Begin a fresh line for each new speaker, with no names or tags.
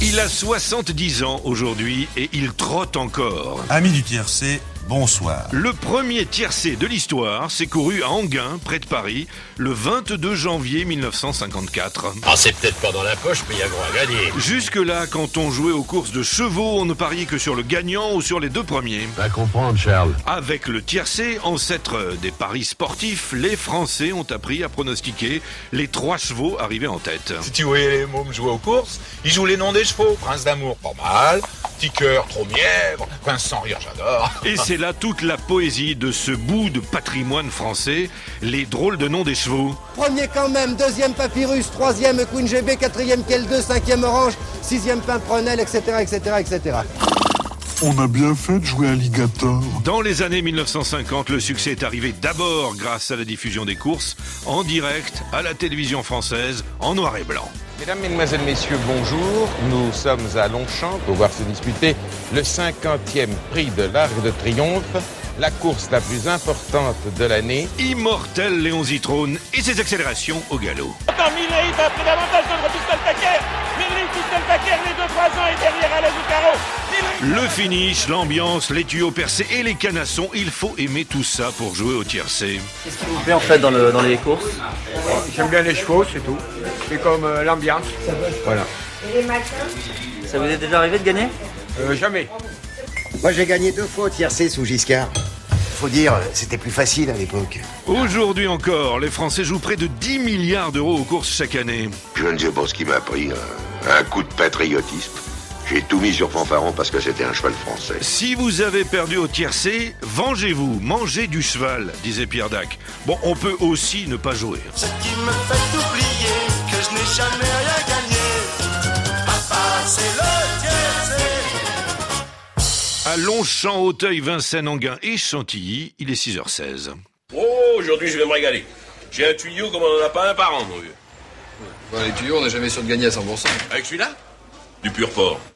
Il a 70 ans aujourd'hui et il trotte encore.
Amis du tiercé, bonsoir.
Le premier tiercé de l'histoire s'est couru à Anguin, près de Paris, le 22 janvier 1954.
Ah, c'est peut-être pas dans la poche, mais il y a gros à gagner.
Jusque-là, quand on jouait aux courses de chevaux, on ne pariait que sur le gagnant ou sur les deux premiers.
Va comprendre, Charles.
Avec le tiercé, ancêtre des paris sportifs, les Français ont appris à pronostiquer les trois chevaux arrivés en tête.
Si tu voyais les mômes jouer aux courses, ils jouent les noms des chevaux. Prince d'amour, pas mal. Petit cœur, trop mièvre. Prince sans rire, j'adore.
Et c'est là toute la poésie de ce bout de patrimoine français, les drôles de noms des chevaux.
Premier quand même, deuxième Papyrus, troisième Queen GB, quatrième Kel 2, cinquième Orange, sixième Pimprenel, etc., etc., etc.
On a bien fait de jouer Alligator.
Dans les années 1950, le succès est arrivé d'abord grâce à la diffusion des courses en direct à la télévision française en noir et blanc.
Mesdames, Mesdemoiselles, Messieurs, bonjour. Nous sommes à Longchamp pour voir se disputer le 50e prix de l'Arc de Triomphe, la course la plus importante de l'année.
Immortel Léon Zitrone et ses accélérations au galop.
Attends, Milley va pris davantage contre Pistol Taker. Milley, Pistol Taker, les deux croisants et derrière à l'aise au carreau. Milley-
Le finish, l'ambiance, les tuyaux percés et les canassons, il faut aimer tout ça pour jouer au tiercé.
en fait dans, le- dans les courses
J'aime bien les chevaux, c'est tout. C'est comme euh, l'ambiance. Voilà.
Ça vous est déjà arrivé de gagner
Euh, jamais.
Moi j'ai gagné deux fois au tiercé sous Giscard. Faut dire, c'était plus facile à l'époque.
Aujourd'hui encore, les Français jouent près de 10 milliards d'euros aux courses chaque année.
Je ne sais pas ce qui m'a pris, hein. un, un coup de patriotisme. J'ai tout mis sur Fanfaron parce que c'était un cheval français.
Si vous avez perdu au tiercé, vengez-vous, mangez du cheval, disait Pierre Dac. Bon, on peut aussi ne pas jouer.
Ce qui me fait oublier que je n'ai jamais rien gagné. Papa, c'est le tiercé.
À Longchamp, Auteuil, Vincennes, Anguin et Chantilly, il est 6h16.
Oh, aujourd'hui, je vais me régaler. J'ai un tuyau comme on n'en a pas un par an, mon vieux.
les tuyaux, on n'est jamais sûr de gagner à 100%.
Avec celui-là Du pur porc.